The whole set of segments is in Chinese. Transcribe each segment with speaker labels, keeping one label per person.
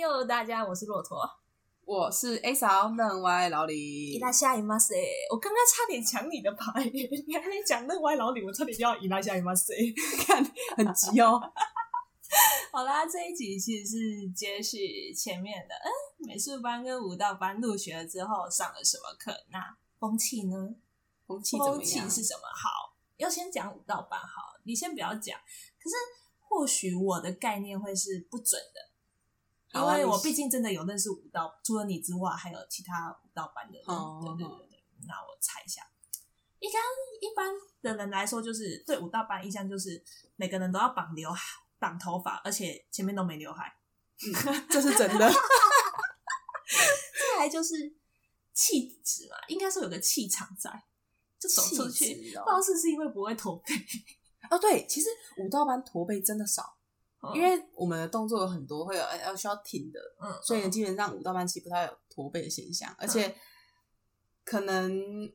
Speaker 1: 呦，大家，我是骆驼。
Speaker 2: 我是 A 嫂，嫩歪老李
Speaker 1: 伊。拉夏伊马塞，我刚刚差点抢你的牌，你还没讲那歪老李，我差点要伊拉夏伊马塞，看很急哦。 好啦，这一集其实是接续前面的，嗯，美术班跟舞蹈班入学了之后上了什么课？那风气呢？
Speaker 2: 空气怎么
Speaker 1: 风气
Speaker 2: 样？
Speaker 1: 是什么？好，要先讲舞蹈班好了，你先不要讲。可是或许我的概念会是不准的，
Speaker 2: 好啊
Speaker 1: 因为
Speaker 2: 你
Speaker 1: 我
Speaker 2: 是
Speaker 1: 毕竟真的有认识舞蹈，除了你之外，还有其他舞蹈班的人。
Speaker 2: 哦
Speaker 1: 对对对对，那我猜一下。一般一般的人来说，就是对舞蹈班印象就是每个人都要绑刘海、绑头发，而且前面都没刘海。
Speaker 2: 这是真的。
Speaker 1: 再来就是气质嘛，应该是有个气场在，就走出去。
Speaker 2: 气质
Speaker 1: 不知道
Speaker 2: 哦
Speaker 1: 是不是因为不会驼背，
Speaker 2: 哦，对，其实舞蹈班驼背真的少，因为我们的动作有很多会有呃要需要挺的，
Speaker 1: 嗯，
Speaker 2: 所以呢，基本上舞蹈班其实不太有驼背的现象，而且可能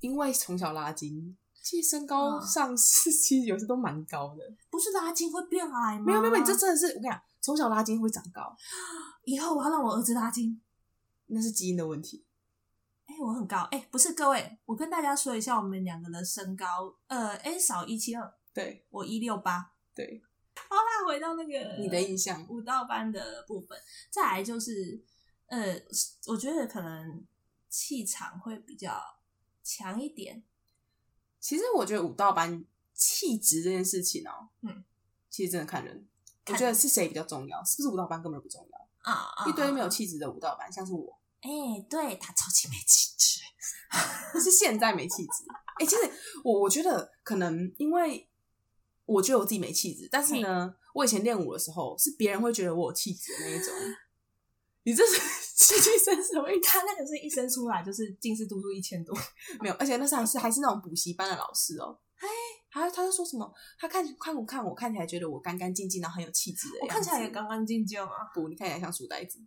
Speaker 2: 因为从小拉筋，其实身高
Speaker 1: 嗯
Speaker 2: 上是其实有时都蛮高的。
Speaker 1: 不是拉筋会变矮吗？
Speaker 2: 没有没有，没有你这真的是我跟你讲，从小拉筋会长高，
Speaker 1: 以后我要让我儿子拉筋。
Speaker 2: 那是基因的问题。
Speaker 1: 哎、我很高，哎、不是各位，我跟大家说一下，我们两个的身高，呃，哎、少一七二，
Speaker 2: 对
Speaker 1: 我一六八。
Speaker 2: 对，
Speaker 1: 那回到那个
Speaker 2: 你的印象，
Speaker 1: 舞蹈班的部分，再来就是，呃，我觉得可能气场会比较强一点，
Speaker 2: 其实我觉得舞蹈班气质这件事情哦，
Speaker 1: 嗯，
Speaker 2: 其实真的看人。
Speaker 1: 看
Speaker 2: 我觉得是谁比较重要，是不是舞蹈班根本不重要？
Speaker 1: 啊啊，
Speaker 2: 一堆没
Speaker 1: 有，
Speaker 2: 有气质的舞蹈班，像是我，
Speaker 1: 哎、对他超级没气质，
Speaker 2: 是现在没气质。哎、其实我我觉得可能因为我觉得我自己没气质，但是呢，我以前练舞的时候是别人会觉得我有气质的那一种。你这是气质生什么意
Speaker 1: 他那个是一生出来就是近视度数一千多，
Speaker 2: 没有，而且那时候还是还是那种补习班的老师哦。
Speaker 1: 哎
Speaker 2: 他他就说什么？他看看我看我看起来觉得我干干净净，然后很有气质的
Speaker 1: 我
Speaker 2: 样子。
Speaker 1: 看起来也干干净净啊，
Speaker 2: 不，你看起来像书呆子。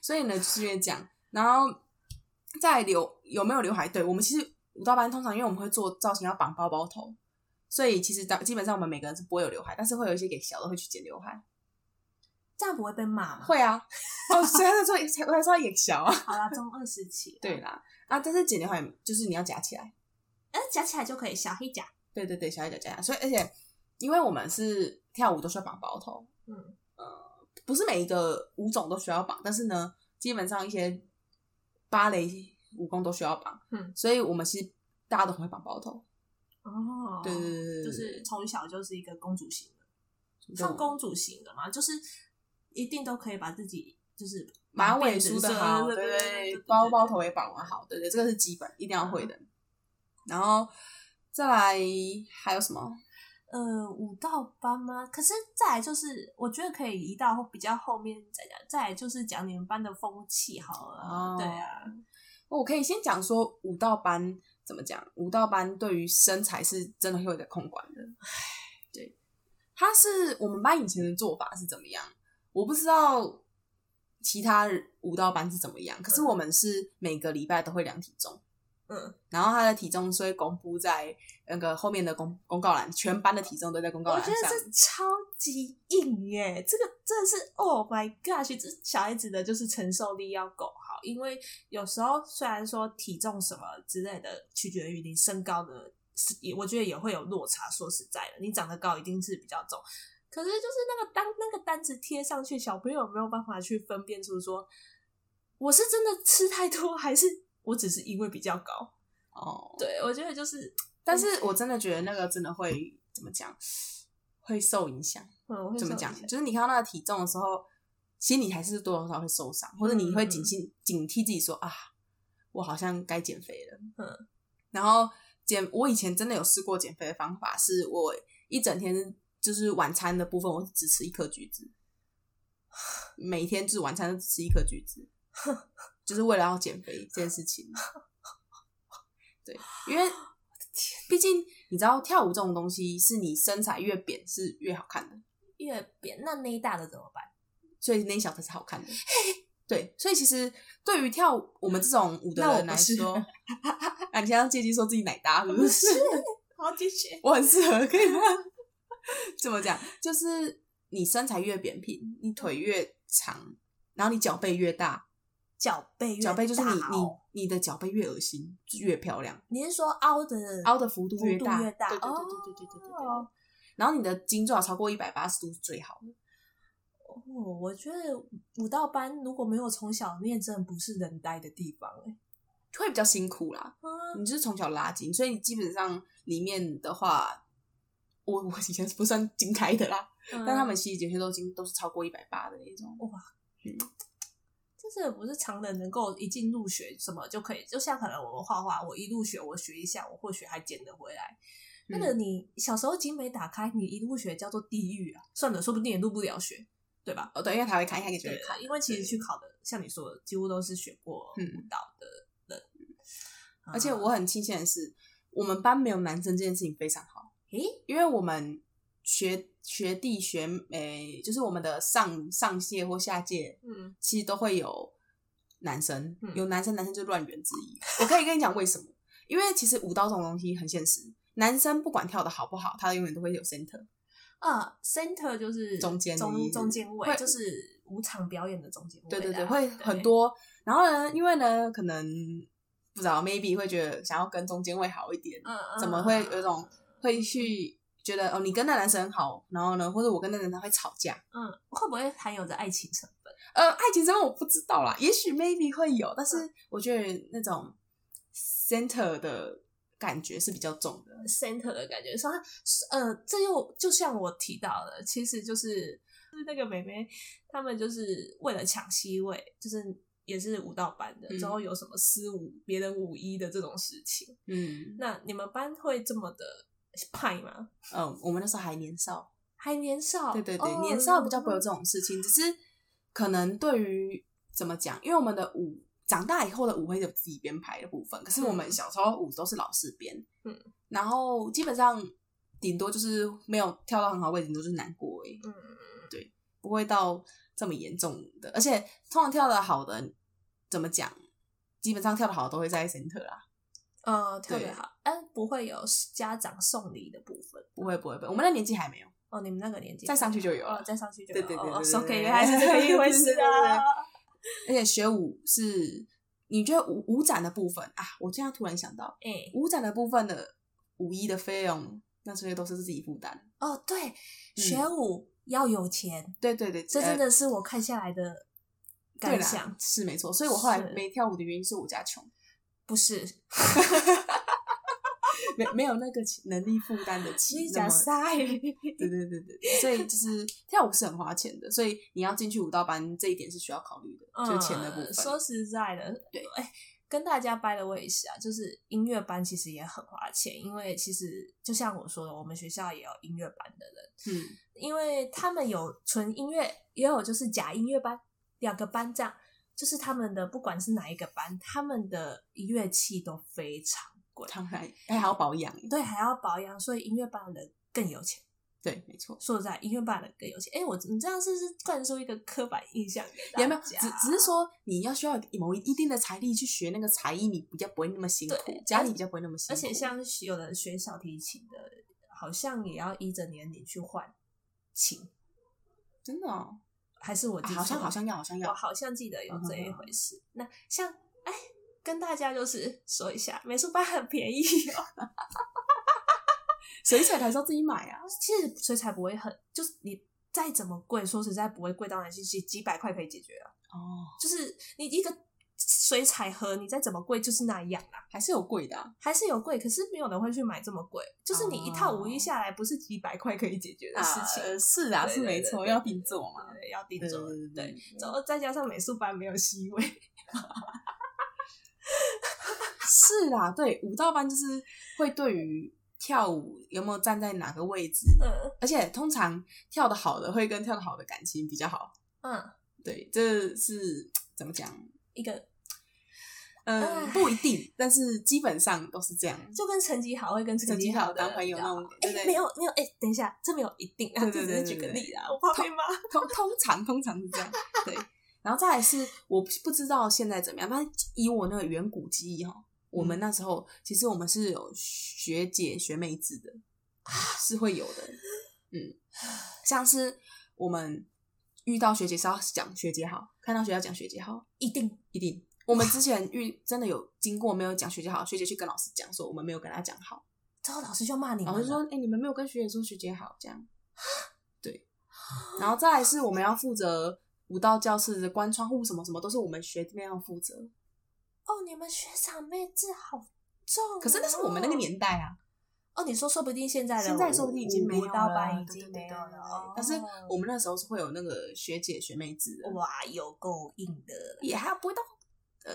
Speaker 2: 所以呢，就是因为这样，然后再留有没有刘海？对我们其实舞蹈班通常因为我们会做造型要绑包包头，所以其实大基本上我们每个人是不会有刘海，但是会有一些给小的会去剪刘海。
Speaker 1: 这样不会被骂吗？
Speaker 2: 会啊， 哦，所以他说才我才说他眼小啊。
Speaker 1: 好啦，中二时期，
Speaker 2: 对啦，啊，但是剪刘海就是你要夹起来。
Speaker 1: 哎，夹起来就可以，小黑夹，
Speaker 2: 对对对，小一点加所以而且因为我们是跳舞都需要绑包头，
Speaker 1: 嗯
Speaker 2: 呃，不是每一个舞种都需要绑，但是呢，基本上一些芭蕾舞功都需要绑，
Speaker 1: 嗯
Speaker 2: 所以我们其实大家都很会绑包头，
Speaker 1: 哦
Speaker 2: 对对对对对，
Speaker 1: 就是从小就是一个公主型的，
Speaker 2: 对
Speaker 1: 算公主型的嘛，就是一定都可以把自己就是
Speaker 2: 马尾梳的好，
Speaker 1: 对
Speaker 2: 对
Speaker 1: 对对
Speaker 2: 对，
Speaker 1: 对，嗯
Speaker 2: 包包头也绑完好，对对，这个是基本一定要会的。然后再来还有什么？
Speaker 1: 呃舞蹈班吗？可是再来就是，我觉得可以移到比较后面再讲，再来就是讲你们班的风气好了，
Speaker 2: 哦
Speaker 1: 对啊，
Speaker 2: 我可以先讲说舞蹈班怎么讲，舞蹈班对于身材是真的会有点控管的。对，他是我们班以前的做法是怎么样，我不知道其他舞蹈班是怎么样，可是我们是每个礼拜都会量体重。
Speaker 1: 嗯，
Speaker 2: 然后他的体重是会公布在那个后面的公公告栏，全班的体重都在公告
Speaker 1: 我
Speaker 2: 栏
Speaker 1: 觉
Speaker 2: 上
Speaker 1: 得。这超级硬耶！这个真的是，Oh my gosh！这小孩子的就是承受力要够好，因为有时候虽然说体重什么之类的取决于你身高的，是也我觉得也会有落差。说实在的，你长得高一定是比较重，可是就是那个单那个单子贴上去，小朋友没有办法去分辨出说我是真的吃太多，还是我只是因为比较高。
Speaker 2: 哦，
Speaker 1: 对我觉得就是，
Speaker 2: 但是我真的觉得那个真的会怎么讲，会受影响。
Speaker 1: 嗯，我会
Speaker 2: 怎么
Speaker 1: 受
Speaker 2: 讲
Speaker 1: 影？响
Speaker 2: 就是你看到那个体重的时候，心里还是多多少少会受伤，或者你会警惕警惕自己说啊，我好像该减肥了。
Speaker 1: 嗯，
Speaker 2: 然后减，我以前真的有试过减肥的方法，是我一整天就是晚餐的部分，我只吃一颗橘子，每天就是晚餐都只吃一颗橘子，就是为了要减肥这件事情。对，因为毕竟你知道跳舞这种东西，是你身材越扁是越好看的。
Speaker 1: 越扁，那内大的怎么办？
Speaker 2: 所以那一小才是好看的。对，所以其实对于跳舞我们这种舞的
Speaker 1: 那我
Speaker 2: 人
Speaker 1: 不
Speaker 2: 来
Speaker 1: 是
Speaker 2: 说，啊，你现在借机说自己奶大是不是？
Speaker 1: 好，继续。
Speaker 2: 我很适合，可以吗？怎么讲？就是你身材越扁平，你腿越长，然后你脚背越大，
Speaker 1: 脚背越
Speaker 2: 脚背就是你
Speaker 1: 大
Speaker 2: 你
Speaker 1: 哦
Speaker 2: 你的脚背越恶心，就越漂亮，
Speaker 1: 你是说凹的
Speaker 2: 凹的幅度
Speaker 1: 嗯幅
Speaker 2: 越
Speaker 1: 度
Speaker 2: 大，
Speaker 1: 越大
Speaker 2: 对对
Speaker 1: 哦
Speaker 2: 对对对对对对对。然后你的颈最好超过一百八十度是最好的，
Speaker 1: 哦，我觉得舞蹈班如果没有从小练，真的不是人待的地方哎、
Speaker 2: 会比较辛苦啦。
Speaker 1: 嗯，
Speaker 2: 你就是从小拉筋，所以基本上里面的话，我我以前是不算筋开的啦，但
Speaker 1: 嗯
Speaker 2: 他们其实有些都已经都是超过一百八的那种。
Speaker 1: 这是不是常人能够一进入学什么就可以？就像可能我们画画，我一入学我学一下，我或许还捡得回来。那个你小时候经没打开，你一入学叫做地狱啊！算了，说不定也入不了学，对吧？
Speaker 2: 哦，对，因为他会看，一看就
Speaker 1: 对
Speaker 2: 会看。
Speaker 1: 因为其实
Speaker 2: 对
Speaker 1: 去考的，像你说的，几乎都是学过
Speaker 2: 嗯
Speaker 1: 舞蹈的人。啊
Speaker 2: 而且我很庆幸的是，我们班没有男生这件事情非常好，
Speaker 1: 诶，
Speaker 2: 因为我们学学弟学诶、就是我们的上上届或下届，
Speaker 1: 嗯，
Speaker 2: 其实都会有男生，
Speaker 1: 嗯
Speaker 2: 有男生，男生就乱源之一。我可以跟你讲为什么，因为其实舞蹈这种东西很现实，男生不管跳的好不好，他永远都会有 center。
Speaker 1: 啊，center 就是
Speaker 2: 中间
Speaker 1: 中
Speaker 2: 位
Speaker 1: 中间位，
Speaker 2: 会
Speaker 1: 就是舞场表演的中间位啦。
Speaker 2: 对对对，会很多。然后呢，因为呢，可能不知道，maybe 会觉得想要跟中间位好一点，
Speaker 1: 嗯，嗯，
Speaker 2: 怎么会有一种会去觉得哦，你跟那男生好，然后呢，或者我跟那男生会吵架。
Speaker 1: 嗯，会不会含有着爱情成分？
Speaker 2: 呃，爱情这边我不知道啦，也许 maybe 会有，但是我觉得那种 center 的感觉是比较重的。
Speaker 1: center 的感觉，所以它呃，这又就像我提到的，其实就是就是那个妹妹，他们就是为了抢 C 位，就是也是舞蹈班的，
Speaker 2: 嗯
Speaker 1: 之后有什么私舞别人舞一的这种事情，
Speaker 2: 嗯
Speaker 1: 那你们班会这么的派吗？
Speaker 2: 嗯，我们那时候还年少，
Speaker 1: 还年少，
Speaker 2: 对对对，
Speaker 1: 哦
Speaker 2: 年少比较不会有这种事情，只是可能对于怎么讲，因为我们的舞长大以后的舞会有自己编排的部分，可是我们
Speaker 1: 嗯
Speaker 2: 小时候舞都是老师编，
Speaker 1: 嗯，
Speaker 2: 然后基本上顶多就是没有跳到很好位置，顶多就是难过而已，
Speaker 1: 嗯，
Speaker 2: 对，不会到这么严重的，而且通常跳的好的怎么讲，基本上跳的好的都会在 center 啦，
Speaker 1: 呃，特别
Speaker 2: 对
Speaker 1: 好，哎，不会有家长送礼的部分
Speaker 2: 不会不会不会，我们那年纪还没有，
Speaker 1: 哦。你们那个年纪
Speaker 2: 再上去就有
Speaker 1: 哦
Speaker 2: 了，，
Speaker 1: 再上去就
Speaker 2: 对
Speaker 1: 有
Speaker 2: 对对对
Speaker 1: 哦
Speaker 2: 对
Speaker 1: o
Speaker 2: 对
Speaker 1: k
Speaker 2: 对
Speaker 1: 原来是这个一回事啊。
Speaker 2: 而且学舞是，你觉得舞舞展的部分啊，我这样突然想到，
Speaker 1: 哎、
Speaker 2: 舞展的部分的舞衣的费用，那这些都是自己负担。
Speaker 1: 哦，对，学舞要有钱，
Speaker 2: 对对对，
Speaker 1: 这真
Speaker 2: 嗯呃
Speaker 1: 的是我看下来的感
Speaker 2: 对
Speaker 1: 想
Speaker 2: 啦，是没错。所以我后来
Speaker 1: 是
Speaker 2: 没跳舞的原因是我家穷，
Speaker 1: 不是
Speaker 2: 没没有那个能力负担得起
Speaker 1: 你
Speaker 2: 那
Speaker 1: 讲
Speaker 2: 么
Speaker 1: 塞，
Speaker 2: 对对对对，对，所以就是 跳舞是很花钱的，所以你要进去舞蹈班这一点是需要考虑的，就是钱的部
Speaker 1: 嗯
Speaker 2: 分。
Speaker 1: 说实在的，
Speaker 2: 对，
Speaker 1: 哎，跟大家掰了位一下，就是音乐班其实也很花钱，因为其实就像我说的，我们学校也有音乐班的人，
Speaker 2: 嗯，
Speaker 1: 因为他们有纯音乐，也有就是假音乐班，两个班这样，就是他们的不管是哪一个班，他们的乐器都非常贵，
Speaker 2: 当然，哎，还要保养。
Speaker 1: 对，还要保养，所以音乐班的人更有钱。
Speaker 2: 对，没错。
Speaker 1: 说实在，音乐班的人更有钱。哎、我你这样是不是灌输一个刻板印象给大家？
Speaker 2: 也没有，只只是说你要需要某一定的财力去学那个才艺，你比较不会那么辛苦
Speaker 1: 对，
Speaker 2: 家里比较不会那么
Speaker 1: 而
Speaker 2: 辛苦。
Speaker 1: 且像有人学小提琴的，好像也要依着年龄去换琴，
Speaker 2: 真的、哦
Speaker 1: 还是我
Speaker 2: 啊
Speaker 1: 记
Speaker 2: 好像
Speaker 1: 错了
Speaker 2: 好像要好像
Speaker 1: 我
Speaker 2: 要，
Speaker 1: 好像记得有这一回事。那像哎，跟大家就是说一下，美术班很便宜哦。
Speaker 2: 水彩还是要自己买啊。
Speaker 1: 其实水彩不会很，就是你再怎么贵，说实在不会贵到哪去，几几百块可以解决啊。
Speaker 2: 哦，
Speaker 1: 就是你一个水彩盒，你再怎么贵就是那样啊。
Speaker 2: 还是有贵的、啊，
Speaker 1: 还是有贵，可是没有人会去买这么贵。就是你一套
Speaker 2: 哦
Speaker 1: 五一下来，不是几百块可以解决的事情。
Speaker 2: 呃是啊，
Speaker 1: 对
Speaker 2: 是没错，要定做，嘛。
Speaker 1: 对对对对要定做。
Speaker 2: 对对
Speaker 1: 对，然后再加上美术班没有席位，
Speaker 2: 是啦，对，舞蹈班就是会对于跳舞有没有站在哪个位置，
Speaker 1: 嗯
Speaker 2: 而且通常跳的好的会跟跳的好的感情比较好。
Speaker 1: 嗯，
Speaker 2: 对，这是怎么讲？
Speaker 1: 一个
Speaker 2: 嗯，
Speaker 1: 唉
Speaker 2: 不一定，但是基本上都是这 样。
Speaker 1: 就跟成绩好会跟
Speaker 2: 成绩
Speaker 1: 绩好
Speaker 2: 好
Speaker 1: 的
Speaker 2: 当朋友
Speaker 1: 比
Speaker 2: 那
Speaker 1: 较好
Speaker 2: 种，
Speaker 1: 哎
Speaker 2: 对不对？
Speaker 1: 没有没有，哎，等一下，这没有一定啊，这只
Speaker 2: 对对对
Speaker 1: 是举
Speaker 2: 对
Speaker 1: 个
Speaker 2: 对
Speaker 1: 例啦，我怕被骂。
Speaker 2: 通通常通常是这样，对。然后再来是我不不知道现在怎么样，但以我那个远古记忆哈，我们那时候其实我们是有学姐学妹制的，是会有的，嗯，像是我们遇到学姐是要讲学姐好，看到学姐要讲学姐好，
Speaker 1: 一定
Speaker 2: 一定。我们之前遇真的有经过没有讲学姐好，学姐去跟老师讲说我们没有跟她讲好，
Speaker 1: 之后老师就骂你们
Speaker 2: 老师说
Speaker 1: 了，
Speaker 2: 哎、你们没有跟学姐说学姐好这 样，对。然后再来是我们要负责舞蹈教室的关窗户什么什么都是我们学妹要负责，
Speaker 1: 哦，你们学长妹制好重哦、
Speaker 2: 可是那是我们那个年代啊，
Speaker 1: 哦，你说说不定现在的
Speaker 2: 现在说不定已经没有
Speaker 1: 舞蹈班已
Speaker 2: 对
Speaker 1: 经
Speaker 2: 对
Speaker 1: 没
Speaker 2: 对
Speaker 1: 有
Speaker 2: 对
Speaker 1: 了，
Speaker 2: 但是
Speaker 1: 哦
Speaker 2: 我们那时候是会有那个学姐学妹制的，
Speaker 1: 哇，有够硬的了。
Speaker 2: 也还不会到呃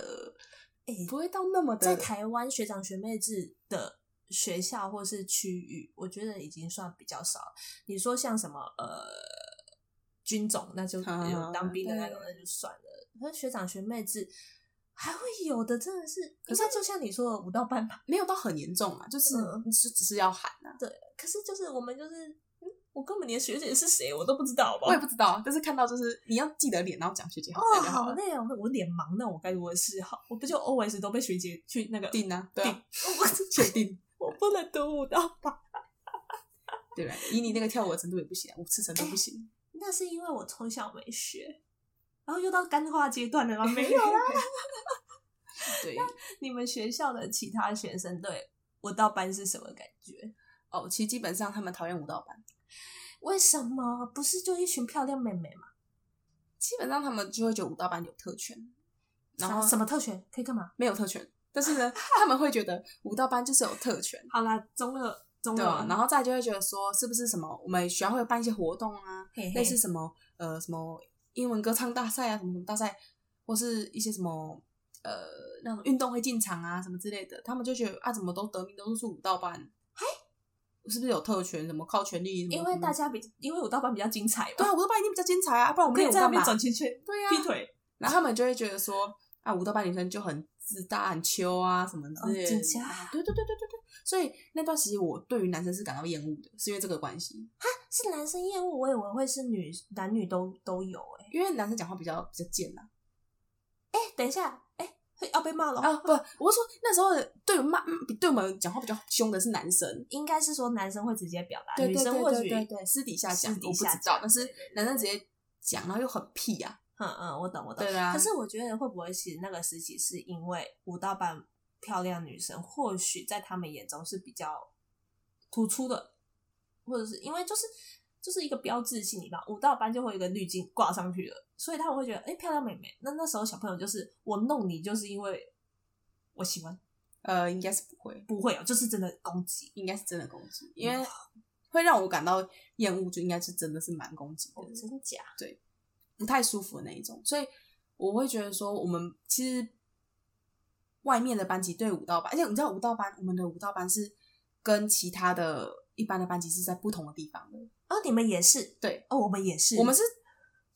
Speaker 1: 哎、
Speaker 2: 不会到那么的
Speaker 1: 在台湾学长学妹制的学校或是区域，我觉得已经算比较少了。你说像什么呃军种，那就
Speaker 2: 啊
Speaker 1: 有当兵的那种，
Speaker 2: 对
Speaker 1: 那就算了。可是学长学妹制还会有的，真的是。可
Speaker 2: 可是
Speaker 1: 是就像你说的舞蹈班吧，
Speaker 2: 没有到很严重啊，就是
Speaker 1: 嗯
Speaker 2: 就只是要喊啊，
Speaker 1: 可是就是我们就是，嗯我根本连学姐是谁我都不知道吧。
Speaker 2: 我也不知道，但是看到就是你要记得脸，然后讲学姐好
Speaker 1: 哦，
Speaker 2: 这样就好
Speaker 1: 好
Speaker 2: 了。
Speaker 1: 累哦！我脸盲，那我该如何是好？我不就 always 都被学姐去那个
Speaker 2: 定啊，对啊，
Speaker 1: 我
Speaker 2: 确定，
Speaker 1: 我不能读舞蹈班。
Speaker 2: 对吧？以你那个跳舞的程度也不行啊，舞池程度不行。
Speaker 1: 那是因为我从小没学，然后又到干化阶段了吗？没有 啦。
Speaker 2: 对，
Speaker 1: 你们学校的其他学生对舞蹈班是什么感觉？
Speaker 2: 哦，其实基本上他们讨厌舞蹈班，
Speaker 1: 为什么不是就一群漂亮妹妹吗？
Speaker 2: 基本上他们就会觉得舞蹈班有特权，然后
Speaker 1: 啥什么特权可以干嘛？
Speaker 2: 没有特权，但是呢，他们会觉得舞蹈班就是有特权。
Speaker 1: 好啦，中二中
Speaker 2: 对啊
Speaker 1: 二，，
Speaker 2: 然
Speaker 1: 后
Speaker 2: 后再来就会觉得说，是不是什么我们学校会办一些活动啊，类似什么呃什么英文歌唱大赛啊，什么什么大赛，或是一些什么呃那种运动会进场啊什么之类的，他们就觉得啊，怎么都得名都是舞蹈班，是不是有特权？什么靠权力？什么
Speaker 1: 因为
Speaker 2: 什么
Speaker 1: 大家比因为舞蹈班比较精彩
Speaker 2: 嗯对
Speaker 1: 嘛，
Speaker 2: 啊，舞蹈班一定比较精彩啊，不然我
Speaker 1: 可
Speaker 2: 们
Speaker 1: 以
Speaker 2: 有
Speaker 1: 在那
Speaker 2: 干
Speaker 1: 边
Speaker 2: 嘛？
Speaker 1: 转圈圈、
Speaker 2: 对
Speaker 1: 劈
Speaker 2: 啊，
Speaker 1: 腿。
Speaker 2: 然后他们就会觉得说啊，舞蹈班女生就很自大、很秋啊什么之类的，
Speaker 1: 哦紧张
Speaker 2: 对啊对对对对对，所以那段时间我对于男生是感到厌恶的，是因为这个关系。
Speaker 1: 是男生厌恶，我以为会是女男女都都有哎、
Speaker 2: 因为男生讲话比较比较贱啊呐、
Speaker 1: 哎、等一下，哎、会要被骂了、
Speaker 2: 啊。不，我是说那时候的对我们骂嗯比对我们讲话比较凶的是男生，
Speaker 1: 应该是说男生会直接表达，
Speaker 2: 对
Speaker 1: 女
Speaker 2: 对
Speaker 1: 生
Speaker 2: 对
Speaker 1: 或
Speaker 2: 对
Speaker 1: 许
Speaker 2: 对对，私底下讲
Speaker 1: 私底
Speaker 2: 我不
Speaker 1: 下
Speaker 2: 知道
Speaker 1: 讲，
Speaker 2: 但是男生直接讲，然后又很屁啊。
Speaker 1: 嗯嗯，我懂我懂。
Speaker 2: 对啊
Speaker 1: 可是我觉得会不会其实那个时期是因为舞蹈班漂亮女生，或许在他们眼中是比较突出的，或者是因为就是就是一个标志性，你知道，舞蹈班就会有一个滤镜挂上去了，所以他们会觉得，哎、漂亮妹妹。那那时候小朋友就是我弄你，就是因为我喜欢，
Speaker 2: 呃，应该是不会，
Speaker 1: 不会哦，就是真的攻击。
Speaker 2: 应该是真的攻击，因为会让我感到厌恶，就应该是真的是蛮攻击
Speaker 1: 哦
Speaker 2: 的，
Speaker 1: 真假？
Speaker 2: 不太舒服的那一种。所以我会觉得说，我们其实外面的班级对舞蹈班，而且你知道舞蹈班，我们的舞蹈班是跟其他的一般的班级是在不同的地方的。
Speaker 1: 哦，你们也是？
Speaker 2: 对，
Speaker 1: 哦，我们也是。
Speaker 2: 我们是，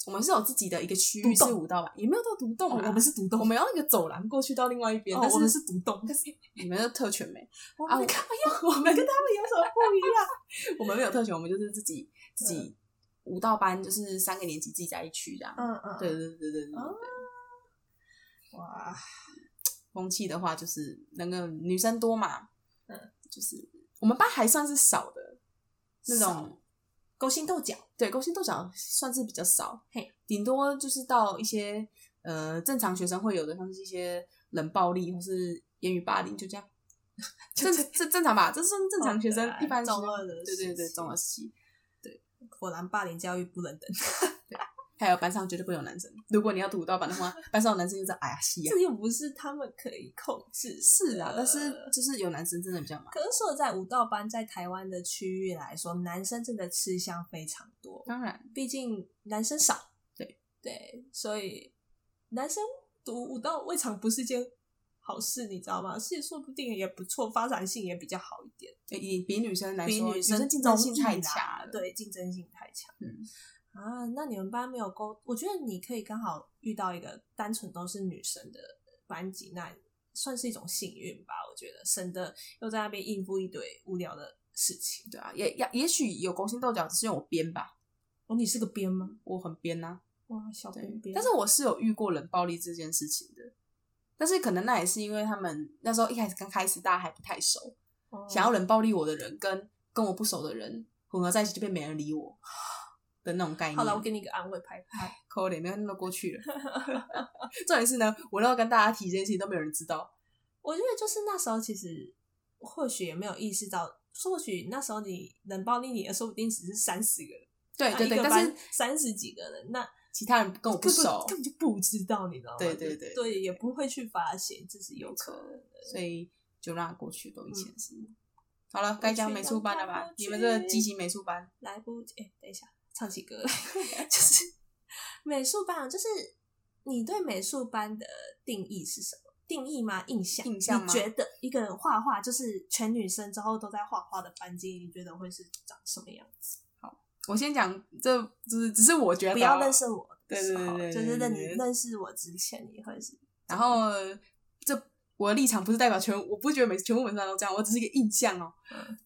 Speaker 2: 我们是有自己的一个区域
Speaker 1: 独
Speaker 2: 是
Speaker 1: 栋
Speaker 2: 舞蹈吧，也没有到独栋
Speaker 1: 哦
Speaker 2: 啊、
Speaker 1: 我们是独栋，
Speaker 2: 我们要那个走廊过去到另外一边，
Speaker 1: 哦
Speaker 2: 但是
Speaker 1: 我们是独栋
Speaker 2: 但是你们的特权没？
Speaker 1: 我
Speaker 2: 啊，
Speaker 1: 们
Speaker 2: 我
Speaker 1: 干嘛
Speaker 2: 我们
Speaker 1: 跟他们有什么不一样？
Speaker 2: 我们没有特权，我们就是自
Speaker 1: 嗯
Speaker 2: 己自己舞蹈班，就是三个年级自己在一区这样。
Speaker 1: 嗯嗯，
Speaker 2: 对，对对对对对，
Speaker 1: 哦哇，
Speaker 2: 风气的话就是那个女生多嘛，
Speaker 1: 嗯，
Speaker 2: 就是我们班还算是少的那种
Speaker 1: 少，勾心斗角。
Speaker 2: 对，勾心斗角算是比较少，
Speaker 1: 嘿，
Speaker 2: 顶多就是到一些呃正常学生会有的，像是一些冷暴力或是言语霸凌，就这样，正正正常吧，这算正常学生
Speaker 1: 哦对啊
Speaker 2: 一般学生
Speaker 1: 中二的
Speaker 2: 对对对
Speaker 1: 时期
Speaker 2: 中二期，
Speaker 1: 果然霸凌教育不能等，
Speaker 2: 还有班上绝对不会有男生，如果你要读到班的话，班上有男生就是哎呀西 呀，
Speaker 1: 这又不是他们可以控制。
Speaker 2: 是啊，但是就是有男生真的比较忙，
Speaker 1: 可是说在舞蹈班在台湾的区域来说，男生真的吃香非常多，
Speaker 2: 当然。
Speaker 1: 毕竟男生少，
Speaker 2: 对
Speaker 1: 对，所以男生读舞蹈未尝不是件好事，你知道吗？是说不定也不错，发展性也比较好一点。
Speaker 2: 以比女生来
Speaker 1: 比
Speaker 2: 说，
Speaker 1: 女生
Speaker 2: 竞争性
Speaker 1: 容易
Speaker 2: 太
Speaker 1: 啦
Speaker 2: 强了。
Speaker 1: 对，竞争性太强。
Speaker 2: 嗯
Speaker 1: 啊，那你们班没有沟？我觉得你可以刚好遇到一个单纯都是女生的班级，那算是一种幸运吧。我觉得省得又在那边应付一堆无聊的事情。
Speaker 2: 对啊，也也也许有勾心斗角，只是因为我编吧，
Speaker 1: 哦，你是个编吗？
Speaker 2: 我很编啊呐、
Speaker 1: 哇，小
Speaker 2: 对
Speaker 1: 编编。
Speaker 2: 但是我是有遇过冷暴力这件事情的，但是可能那也是因为他们那时候一开始刚开始大家还不太熟，
Speaker 1: 哦
Speaker 2: 想要冷暴力我的人跟跟我不熟的人混合在一起，就变没人理我。的那种概念。
Speaker 1: 好了，我给你一个安慰拍拍。
Speaker 2: 抠脸，没有那么过去了。 重点是呢，我要跟大家提这件事情都没有人知道。
Speaker 1: 我觉得就是那时候，其实或许也没有意识到，或许那时候你冷暴力你的，说不定只是三十个人，
Speaker 2: 对对对，
Speaker 1: 啊一个
Speaker 2: 但
Speaker 1: 班
Speaker 2: 是
Speaker 1: 三十几个人，那
Speaker 2: 其他人跟我不
Speaker 1: 根本
Speaker 2: 熟，
Speaker 1: 根本就不知道，你知道吗？
Speaker 2: 对对对
Speaker 1: 对，也不会去发现，这是有可能的。
Speaker 2: 所以就让它过去都以前是。好了，该讲美术班了吧
Speaker 1: 过？嗯去
Speaker 2: 你们这畸形美术班，
Speaker 1: 来不及，哎、等一下，唱起歌来， 就是美术班，啊就是你对美术班的定义是什么？定义吗？印象？
Speaker 2: 印象
Speaker 1: 你
Speaker 2: 吗
Speaker 1: 觉得一个人画画就是全女生之后都在画画的班级，你觉得会是长什么样子？
Speaker 2: 我先讲，这就是只是我觉得
Speaker 1: 不要认识我的
Speaker 2: 呃对
Speaker 1: 时
Speaker 2: 对
Speaker 1: 候，
Speaker 2: 对对
Speaker 1: 就是认你
Speaker 2: 对
Speaker 1: 认识我之前，你会是
Speaker 2: 然后这我的立场不是代表全，我不觉得美全部美术班都这样，我只是一个印象哦。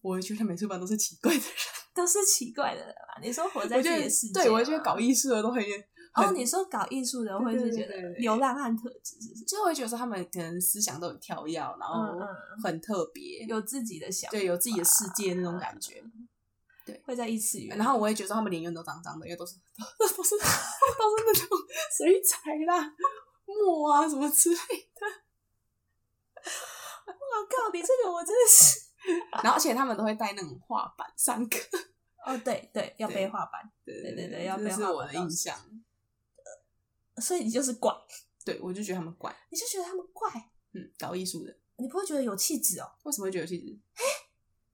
Speaker 2: 我觉得美术班都是奇怪的人，
Speaker 1: 都是奇怪的人吧？你说活在
Speaker 2: 我
Speaker 1: 自
Speaker 2: 觉
Speaker 1: 己
Speaker 2: 得
Speaker 1: 的世界啊吗，
Speaker 2: 对我觉得搞艺术的都很，
Speaker 1: 哦，
Speaker 2: 很
Speaker 1: 你说搞艺术的会是觉
Speaker 2: 对对
Speaker 1: 得
Speaker 2: 对对
Speaker 1: 流浪汉特质，是不是？
Speaker 2: 就会觉得说他们可能思想都很跳跃，然后
Speaker 1: 嗯嗯
Speaker 2: 很特别，
Speaker 1: 有自己的想法，
Speaker 2: 对有自己的世界那种感觉。
Speaker 1: 会在异次元，
Speaker 2: 然后我也觉得说他们脸用都脏脏的，因为都是 都是都是那 种水彩啦、墨啊什么之类的。
Speaker 1: 我靠，你这个我真的是。
Speaker 2: 然后而且他们都会带那种画板上课。
Speaker 1: 哦，对对，要
Speaker 2: 对
Speaker 1: 背画板，
Speaker 2: 对
Speaker 1: 对对要
Speaker 2: 这
Speaker 1: 被
Speaker 2: 是
Speaker 1: 画
Speaker 2: 我
Speaker 1: 板
Speaker 2: 的
Speaker 1: 到
Speaker 2: 印
Speaker 1: 死
Speaker 2: 象。
Speaker 1: 所以你就是怪，
Speaker 2: 对，我就觉得他们怪，
Speaker 1: 你就觉得他们怪，
Speaker 2: 嗯，搞艺术的
Speaker 1: 你不会觉得有气质哦。
Speaker 2: 为什么会觉得有气质？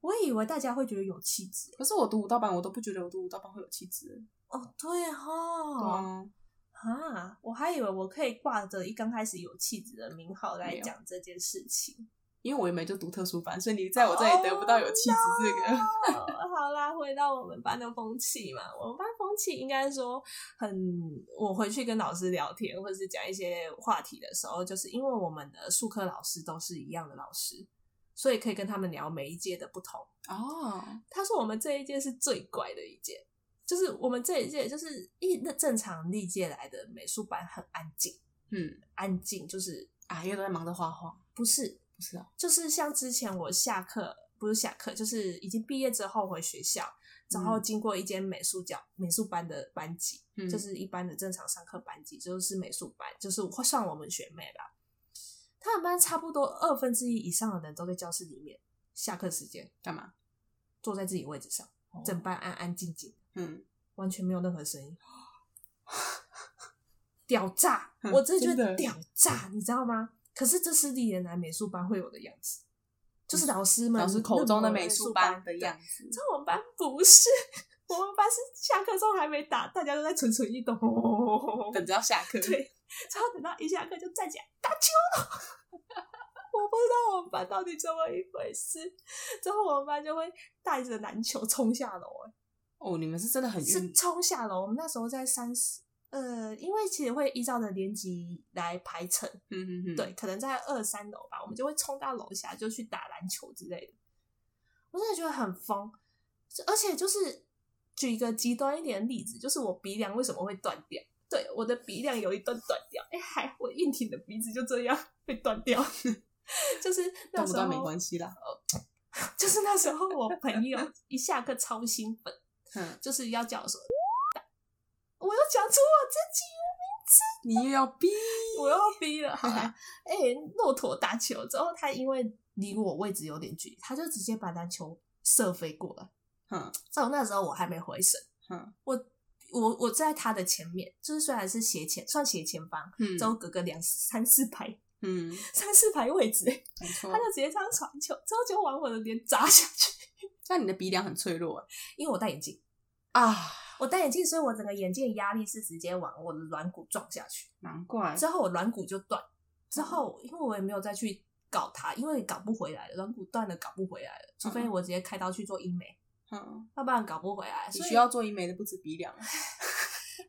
Speaker 1: 我以为大家会觉得有气质
Speaker 2: 可是我读舞蹈班，我都不觉得我读舞蹈班会有气质。
Speaker 1: 哦，对哈、
Speaker 2: 哦，
Speaker 1: 啊，我还以为我可以挂着一刚开始有气质的名号
Speaker 2: 没
Speaker 1: 来
Speaker 2: 有
Speaker 1: 讲这件事情。
Speaker 2: 因为我原本就读特殊班，所以你在我这里得不到有气质这个。
Speaker 1: 哦， 好啦，回到我们班的风气嘛，我们班风气应该说很，我回去跟老师聊天或者是讲一些话题的时候，就是因为我们的数科老师都是一样的老师，所以可以跟他们聊每一届的不同。
Speaker 2: 哦，
Speaker 1: 他说我们这一届是最乖的一届，就是我们这一届就是一那正常历届来的美术班很安静，
Speaker 2: 嗯，
Speaker 1: 安静就是
Speaker 2: 啊，因为都在忙着画画，
Speaker 1: 不是
Speaker 2: 不是啊，
Speaker 1: 就是像之前我下课不是下课，就是已经毕业之后回学校，然后经过一间美术教美术班的班级，
Speaker 2: 嗯
Speaker 1: 就是一般的正常上课班级，就是美术班，就是会算我们学妹啦。他们班差不多二分之一以上的人都在教室里面，下课时间
Speaker 2: 干嘛？
Speaker 1: 坐在自己位置上，整班安安静静。
Speaker 2: 嗯，
Speaker 1: 完全没有任何声音， 屌炸！
Speaker 2: 嗯
Speaker 1: 我真的觉
Speaker 2: 真
Speaker 1: 得
Speaker 2: 的
Speaker 1: 屌炸，你知道吗？可是这是历年来美术班会有的样子，就是老师们
Speaker 2: 嗯老师口中的美术
Speaker 1: 术
Speaker 2: 班的
Speaker 1: 对
Speaker 2: 样子
Speaker 1: 你知。道我们班不是，我们班是下课钟还没打，大家都在蠢蠢欲动，
Speaker 2: 等着要下课，
Speaker 1: 对然后等到一下课就站起来打球。我不知道我们班到底怎么一回事，之后我们班就会带着篮球冲下楼、欸
Speaker 2: 哦，你们是真的很
Speaker 1: 是
Speaker 2: 运
Speaker 1: 冲下楼。我们那时候在三十，呃，因为其实会依照着年级来排程，
Speaker 2: 嗯嗯嗯，
Speaker 1: 对，可能在二三楼吧，我们就会冲到楼下就去打篮球之类的。我真的觉得很疯，这而且就是举一个极端一点的例子，就是我鼻梁为什么会断掉？对，我的鼻梁有一段断掉，哎、还我硬挺的鼻子就这样被断掉， 就是那
Speaker 2: 断
Speaker 1: 时
Speaker 2: 不
Speaker 1: 候
Speaker 2: 断没关系啦。
Speaker 1: 就是那时候我朋友一下课超兴奋，
Speaker 2: 嗯，
Speaker 1: 就是要叫我说，我又讲出我自己了，
Speaker 2: 你又要逼，
Speaker 1: 我又要逼了。好啦，哎、骆驼打球之后，他因为离我位置有点距离，他就直接把篮球射飞过来。
Speaker 2: 嗯，
Speaker 1: 在我那时候我还没回神，
Speaker 2: 嗯，
Speaker 1: 我我我在他的前面，就是虽然是斜前，算斜前方，
Speaker 2: 嗯
Speaker 1: 之后隔个两三四排，
Speaker 2: 嗯，
Speaker 1: 三四排位置，
Speaker 2: 没错
Speaker 1: 他。就直接这样传球，之后就往我的脸砸下去，
Speaker 2: 那你的鼻梁很脆弱欸
Speaker 1: 因为我戴眼镜。
Speaker 2: 啊，
Speaker 1: 我戴眼镜，所以我整个眼镜的压力是直接往我的软骨撞下去。
Speaker 2: 难怪。
Speaker 1: 之后我软骨就断，
Speaker 2: 嗯
Speaker 1: 之后因为我也没有再去搞它，因为搞不回来了，软骨断了搞不回来了，除非我直接开刀去做医美，
Speaker 2: 嗯，
Speaker 1: 要不然搞不回来。
Speaker 2: 你
Speaker 1: 所以哎
Speaker 2: 需要做医美的不止鼻梁，欸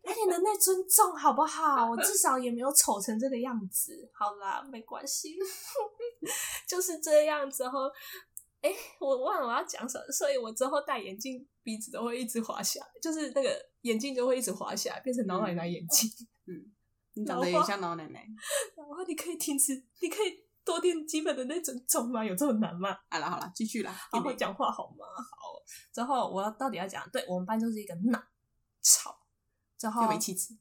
Speaker 1: 有点人类尊重好不好？我至少也没有丑成这个样子。好啦，没关系， 就是这样。之后，哎、我忘了我要讲什么，所以我之后戴眼镜，鼻子都会一直滑下来，就是那个眼镜就会一直滑下来，变成老奶
Speaker 2: 嗯
Speaker 1: 奶眼镜。
Speaker 2: 你长得也像老奶奶
Speaker 1: 啊然后你可以停止， 你可以多点基本的那种重吗？有这么难吗？
Speaker 2: 好了好了，继续啦。
Speaker 1: 好好讲话好吗？好，之后我要到底要讲，对我们班就是一个闹吵，之后
Speaker 2: 又没气质。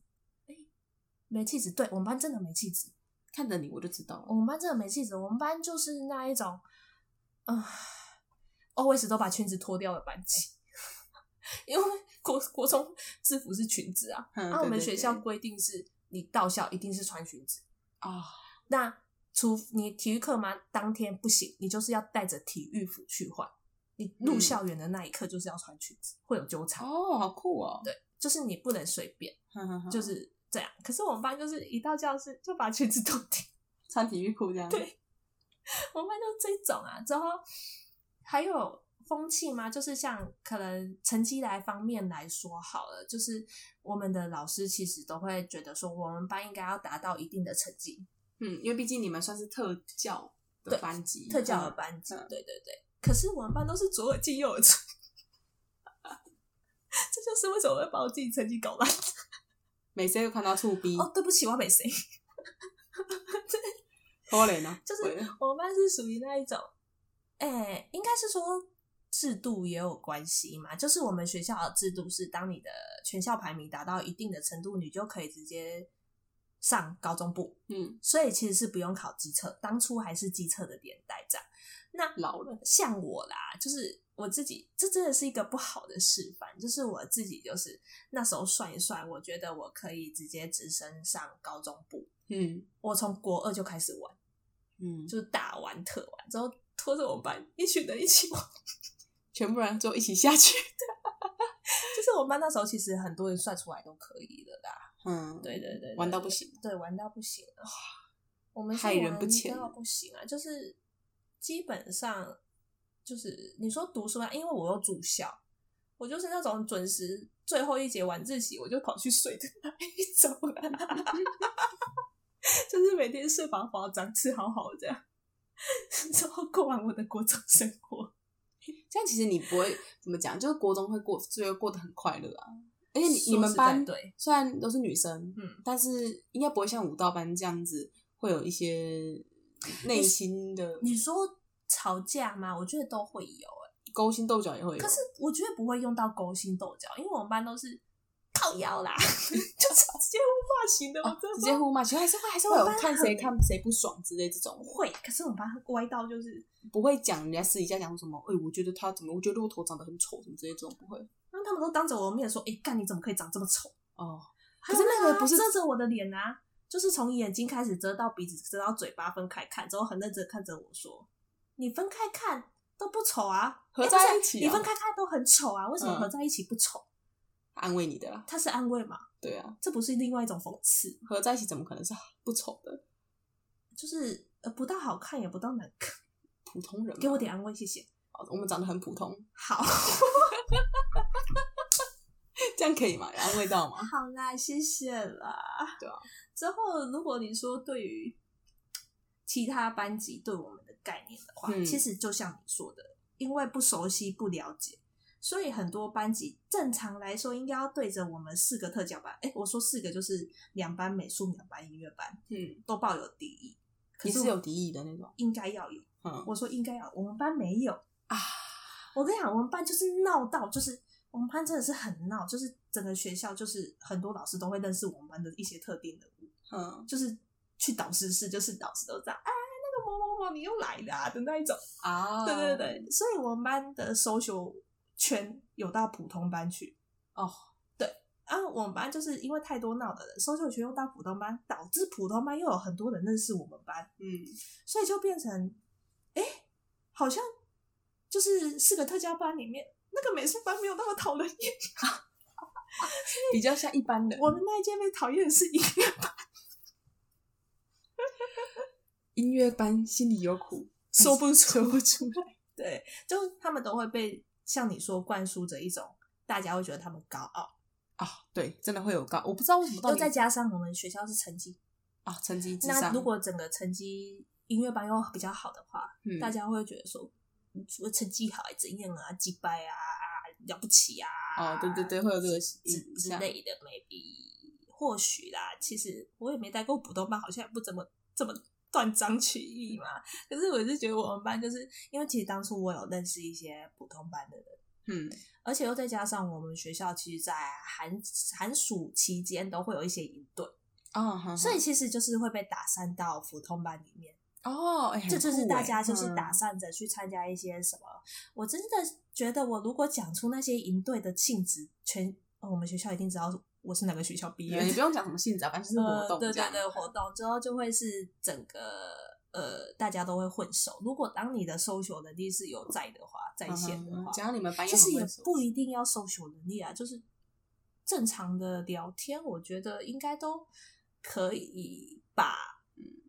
Speaker 1: 没气质，对我们班真的没气质，
Speaker 2: 看着你我就知道
Speaker 1: 我
Speaker 2: 了，
Speaker 1: 们班真的没气质，我们班就是那一种，啊、呃、，always 都把裙子脱掉的班级， 因为国国中制服是裙子啊，
Speaker 2: 嗯
Speaker 1: 啊，我
Speaker 2: 对
Speaker 1: 们
Speaker 2: 对
Speaker 1: 学
Speaker 2: 对
Speaker 1: 校规定是你到校一定是穿裙子，
Speaker 2: 啊，
Speaker 1: 那除你体育课嘛，当天不行，你就是要带着体育服去换。你入
Speaker 2: 嗯
Speaker 1: 校园的那一刻就是要穿裙子，会有纠缠，
Speaker 2: 哦，好酷哦，
Speaker 1: 就是你不能随便，
Speaker 2: 哼哼哼
Speaker 1: 就是这样。可是我们班就是一到教室就把裙子脱掉，
Speaker 2: 穿体育裤这样，对，
Speaker 1: 我们班就这种啊。之后还有风气吗？就是像可能成绩来方面来说好了，就是我们的老师其实都会觉得说，我们班应该要达到一定的成绩，
Speaker 2: 嗯，因为毕竟你们算是特教的
Speaker 1: 对
Speaker 2: 班级，
Speaker 1: 特教的
Speaker 2: 嗯
Speaker 1: 班级，
Speaker 2: 嗯
Speaker 1: 对对对。可是我们班都是左耳进右耳出， 这就是为什么我会把我自己成绩搞烂。
Speaker 2: 每次又看到触逼，
Speaker 1: 哦，对不起，我没谁。
Speaker 2: 可怜啊，
Speaker 1: 就是
Speaker 2: 对
Speaker 1: 我们班是属于那一种，哎、应该是说制度也有关系嘛。就是我们学校的制度是，当你的全校排名达到一定的程度，你就可以直接上高中部，
Speaker 2: 嗯，
Speaker 1: 所以其实是不用考机测。当初还是机测的年代这样。那
Speaker 2: 老了，
Speaker 1: 像我啦，就是我自己，这真的是一个不好的示范。就是我自己，就是那时候算一算，我觉得我可以直接直升上高中部。
Speaker 2: 嗯
Speaker 1: 我从国二就开始玩，
Speaker 2: 嗯，就
Speaker 1: 就是大玩特玩，之后拖着我们班一群人一起玩。
Speaker 2: 全部人就一起下去，
Speaker 1: 就是我们班那时候其实很多人算出来都可以的啦。
Speaker 2: 嗯，
Speaker 1: 对对对对
Speaker 2: 玩到不行，
Speaker 1: 对，玩到不行了。我们是
Speaker 2: 害人
Speaker 1: 玩
Speaker 2: 不浅
Speaker 1: 到不行啊！就是基本上就是你说读书啊，因为我又住校，我就是那种准时最后一节晚自习我就跑去睡的那一种啦， 就是每天睡饱饱，长吃好好这样， 之后过完我的国中生活。
Speaker 2: 这样其实你不会怎么讲，就是国中会过，就会过得很快乐啊。而且你
Speaker 1: 说
Speaker 2: 你们
Speaker 1: 实在
Speaker 2: 班
Speaker 1: 对
Speaker 2: 虽然都是女生，
Speaker 1: 嗯，
Speaker 2: 但是应该不会像舞蹈班这样子会有一些内心的
Speaker 1: 你说吵架吗？我觉得都会有、
Speaker 2: 勾心斗角，也会有。
Speaker 1: 可是我觉得不会用到勾心斗角，因为我们班都是靠腰啦， 就是直接互骂型的，我
Speaker 2: 啊
Speaker 1: 哦真的、
Speaker 2: 直接互骂，其实还是会还是会
Speaker 1: 我
Speaker 2: 有
Speaker 1: 班
Speaker 2: 看
Speaker 1: 很
Speaker 2: 谁看谁不爽之类这种的，
Speaker 1: 会。可是我们班歪到就是，
Speaker 2: 不会讲人家私底下讲说什么，哎、我觉得他怎么，我觉得我头长得很丑什么之类这种不会。
Speaker 1: 因为他们都当着我的面说：“哎、干你怎么可以长这么丑
Speaker 2: 哦，？”
Speaker 1: 还有
Speaker 2: 可是那个
Speaker 1: 啊
Speaker 2: 不是
Speaker 1: 遮着我的脸啊，就是从眼睛开始遮到鼻子，遮到嘴巴，分开看，之后很认真地看着我说：“你分开看都不丑啊，
Speaker 2: 合
Speaker 1: 哎不是
Speaker 2: 在一起啊
Speaker 1: 你分开看都很丑啊，为什么
Speaker 2: 嗯
Speaker 1: 合在一起不丑？”
Speaker 2: 安慰你的啦，
Speaker 1: 他是安慰嘛？
Speaker 2: 对啊，
Speaker 1: 这不是另外一种讽刺吗，
Speaker 2: 合在一起怎么可能是不丑的？
Speaker 1: 就是呃不到好看，也不到难看，
Speaker 2: 普通人嘛
Speaker 1: 给我点安慰，谢谢。
Speaker 2: 好我们长得很普通，
Speaker 1: 好，
Speaker 2: 这样可以吗？有安慰到吗？
Speaker 1: 好啦，谢谢啦。
Speaker 2: 对啊。
Speaker 1: 之后，如果你说对于其他班级对我们的概念的话，
Speaker 2: 嗯
Speaker 1: 其实就像你说的，因为不熟悉、不了解，所以很多班级正常来说应该要对着我们四个特教班，哎、我说四个就是两班美术、两班音乐班
Speaker 2: 嗯，
Speaker 1: 都抱有敌意。 可
Speaker 2: 也
Speaker 1: 是
Speaker 2: 是有敌意的那种，
Speaker 1: 应该要有，
Speaker 2: 嗯
Speaker 1: 我说应该要，我们班没有。
Speaker 2: 啊，
Speaker 1: 我跟你讲，我们班就是闹到，就是我们班真的是很闹，就是整个学校就是很多老师都会认识我们班的一些特定人物，
Speaker 2: 嗯
Speaker 1: 就是去导师室，就是导师都这样，哎，那个某某某你又来啦、的那一种。
Speaker 2: 啊，
Speaker 1: 对对，对，所以我们班的 social 圈有到普通班去。
Speaker 2: 哦，
Speaker 1: 对，啊，我们班就是因为太多闹的人，social 圈又到普通班，导致普通班又有很多人认识我们班。
Speaker 2: 嗯，
Speaker 1: 所以就变成，哎、好像就是四个特教班里面，那个美术班没有那么讨人厌，
Speaker 2: 比较像一般人，
Speaker 1: 我们那一届被讨厌的是音乐班，
Speaker 2: 音乐班心里有苦，
Speaker 1: 说不
Speaker 2: 说不出来，
Speaker 1: 对，就他们都会被像你说灌输着一种大家会觉得他们高傲，
Speaker 2: 啊，对，真的会有高，我不知道为什么到
Speaker 1: 又
Speaker 2: 底
Speaker 1: 再加上我们学校是成绩，
Speaker 2: 啊，成绩至
Speaker 1: 那
Speaker 2: 上，
Speaker 1: 如果整个成绩音乐班又比较好的话，
Speaker 2: 嗯
Speaker 1: 大家会觉得说，你除了成绩好还怎样啊，击败啊，了不起啊，
Speaker 2: 哦，对对对，会有这个
Speaker 1: 之
Speaker 2: 印
Speaker 1: 之
Speaker 2: 象，
Speaker 1: 类的，maybe 或许啦。其实我也没待过普通班，好像也不怎么这么断章取义嘛。可是我是觉得我们班就是因为其实当初我有认识一些普通班的人，
Speaker 2: 嗯，
Speaker 1: 而且又再加上我们学校其实，在寒寒暑期间都会有一些营队，
Speaker 2: 哦，哼
Speaker 1: 所以其实就是会被打散到普通班里面。
Speaker 2: 哼哦，哎
Speaker 1: 这就是大家就是，
Speaker 2: 很
Speaker 1: 打
Speaker 2: 酷哎
Speaker 1: 算着去参加一些什么。我真的觉得，我如果讲出那些营队的性质，全、哦我们学校一定知道我是哪个学校毕业
Speaker 2: 嗯你
Speaker 1: 的。
Speaker 2: 不用讲什么性质啊，反正就是活
Speaker 1: 呃，
Speaker 2: 动
Speaker 1: 对
Speaker 2: 这样
Speaker 1: 对对，活动之后就会是整个呃，大家都会混熟。如果当你的搜求能力是有在的话，在线的话
Speaker 2: 嗯哼，只要你们班
Speaker 1: 其实也
Speaker 2: 不
Speaker 1: 不一定要搜求能力啊，就是正常的聊天，我觉得应该都可以吧。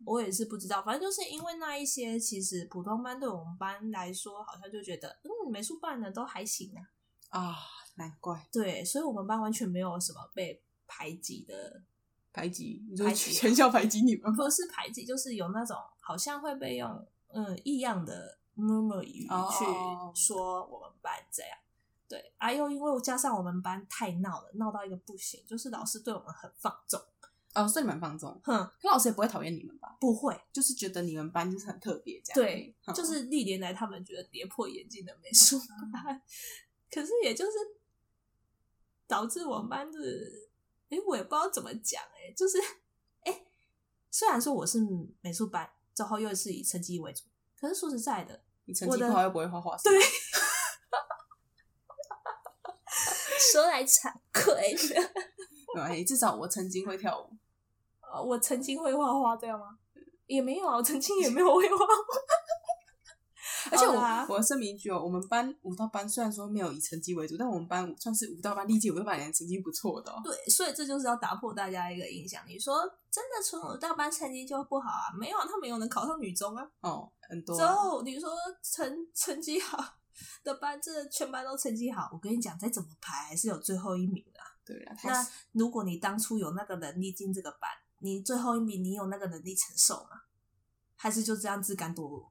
Speaker 1: 我也是不知道，反正就是因为那一些，其实普通班对我们班来说，好像就觉得，嗯，美术班的都还行啊。
Speaker 2: 啊，难怪
Speaker 1: 对，所以我们班完全没有什么被排挤的，
Speaker 2: 排挤，你就是
Speaker 1: 排挤
Speaker 2: 全校排挤你们。
Speaker 1: 不是排挤，就是有那种好像会被用嗯异样的母母语
Speaker 2: 哦
Speaker 1: 去说我们班这样。对，啊，又因为我加上我们班太闹了，闹到一个不行，就是老师对我们很放纵，
Speaker 2: 哦，所以你们放纵，
Speaker 1: 哼，
Speaker 2: 可老师也不会讨厌你们吧？
Speaker 1: 不会，
Speaker 2: 就是觉得你们班就是很特别这样。
Speaker 1: 对，
Speaker 2: 嗯嗯
Speaker 1: 就是历年来他们觉得跌破眼镜的美术班， 可是也就是导致我们班是，哎、我也不知道怎么讲，哎，就是，哎、虽然说我是美术班，之后又是以成绩为主，可是说实在的，
Speaker 2: 你成
Speaker 1: 我
Speaker 2: 绩
Speaker 1: 的
Speaker 2: 不好又不会画画，
Speaker 1: 对说来惭愧，
Speaker 2: 对吧，至少我曾经会跳舞，
Speaker 1: 呃我曾经会画画，这样吗？也没有啊，我曾经也没有会画 画，
Speaker 2: 而且
Speaker 1: 好
Speaker 2: 我
Speaker 1: 的啊
Speaker 2: 我要声明一句哦，我们班舞蹈班虽然说没有以成绩为主，但我们班算是舞蹈班历届舞蹈班里面成绩不错的哦。
Speaker 1: 对，所以这就是要打破大家一个印象。你说真的，纯我大班成绩就不好啊？没有啊，他们有能考上女中啊。
Speaker 2: 哦，很多
Speaker 1: 之后你说成成绩好的班，这全班都成绩好，我跟你讲，再怎么排还是有最后一名的啊。
Speaker 2: 对啊，他
Speaker 1: 那如果你当初有那个能力进这个班，你最后一名，你有那个能力承受吗？还是就这样自甘堕落？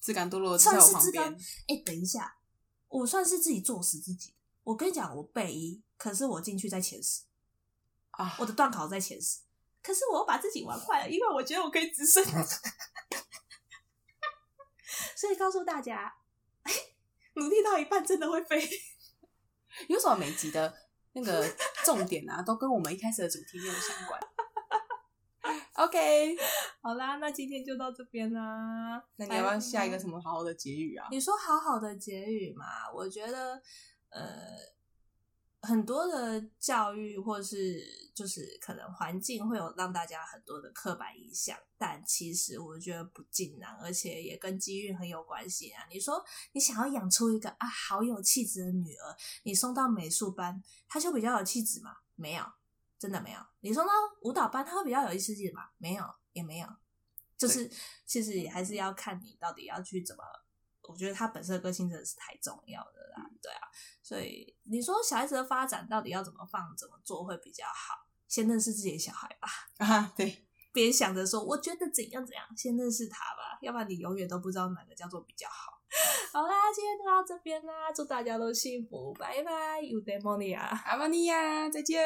Speaker 2: 自甘堕落的就
Speaker 1: 算
Speaker 2: 在我
Speaker 1: 是
Speaker 2: 旁
Speaker 1: 自甘
Speaker 2: 边，
Speaker 1: 哎、等一下，我算是自己作死自己。我跟你讲，我背一，可是我进去在前十，
Speaker 2: 啊，
Speaker 1: 我的段考在前十，可是我又把自己玩坏了，因为我觉得我可以直 升。所以告诉大家，哎努力到一半真的会飞。
Speaker 2: 有什么每集的那个重点啊，都跟我们一开始的主题没有相 关。OK，
Speaker 1: 好啦，那今天就到这边啦。
Speaker 2: 那你要不要
Speaker 1: 拜
Speaker 2: 下一个什么好好的结语啊？
Speaker 1: 你说好好的结语嘛，我觉得呃，很多的教育或是就是可能环境会有让大家很多的刻板印象，但其实我觉得不尽然，而且也跟机遇很有关系啊。你说你想要养出一个啊好有气质的女儿，你送到美术班，她就比较有气质吗？没有，真的没有。你送到舞蹈班，她会比较有意思气质吗？没有，也没有。就是其实也还是要看你到底要去怎么。我觉得他本身的个性真的是太重要的啦，对啊，所以你说小孩子的发展到底要怎么放、怎么做会比较好？先认识自己的小孩吧，
Speaker 2: 啊，对，
Speaker 1: 别想着说我觉得怎样怎样，先认识他吧，要不然你永远都不知道哪个叫做比较好。 好啦，今天就到这边啦，祝大家都幸福，拜拜，有 d e m o n i a
Speaker 2: 阿玛尼亚，再见。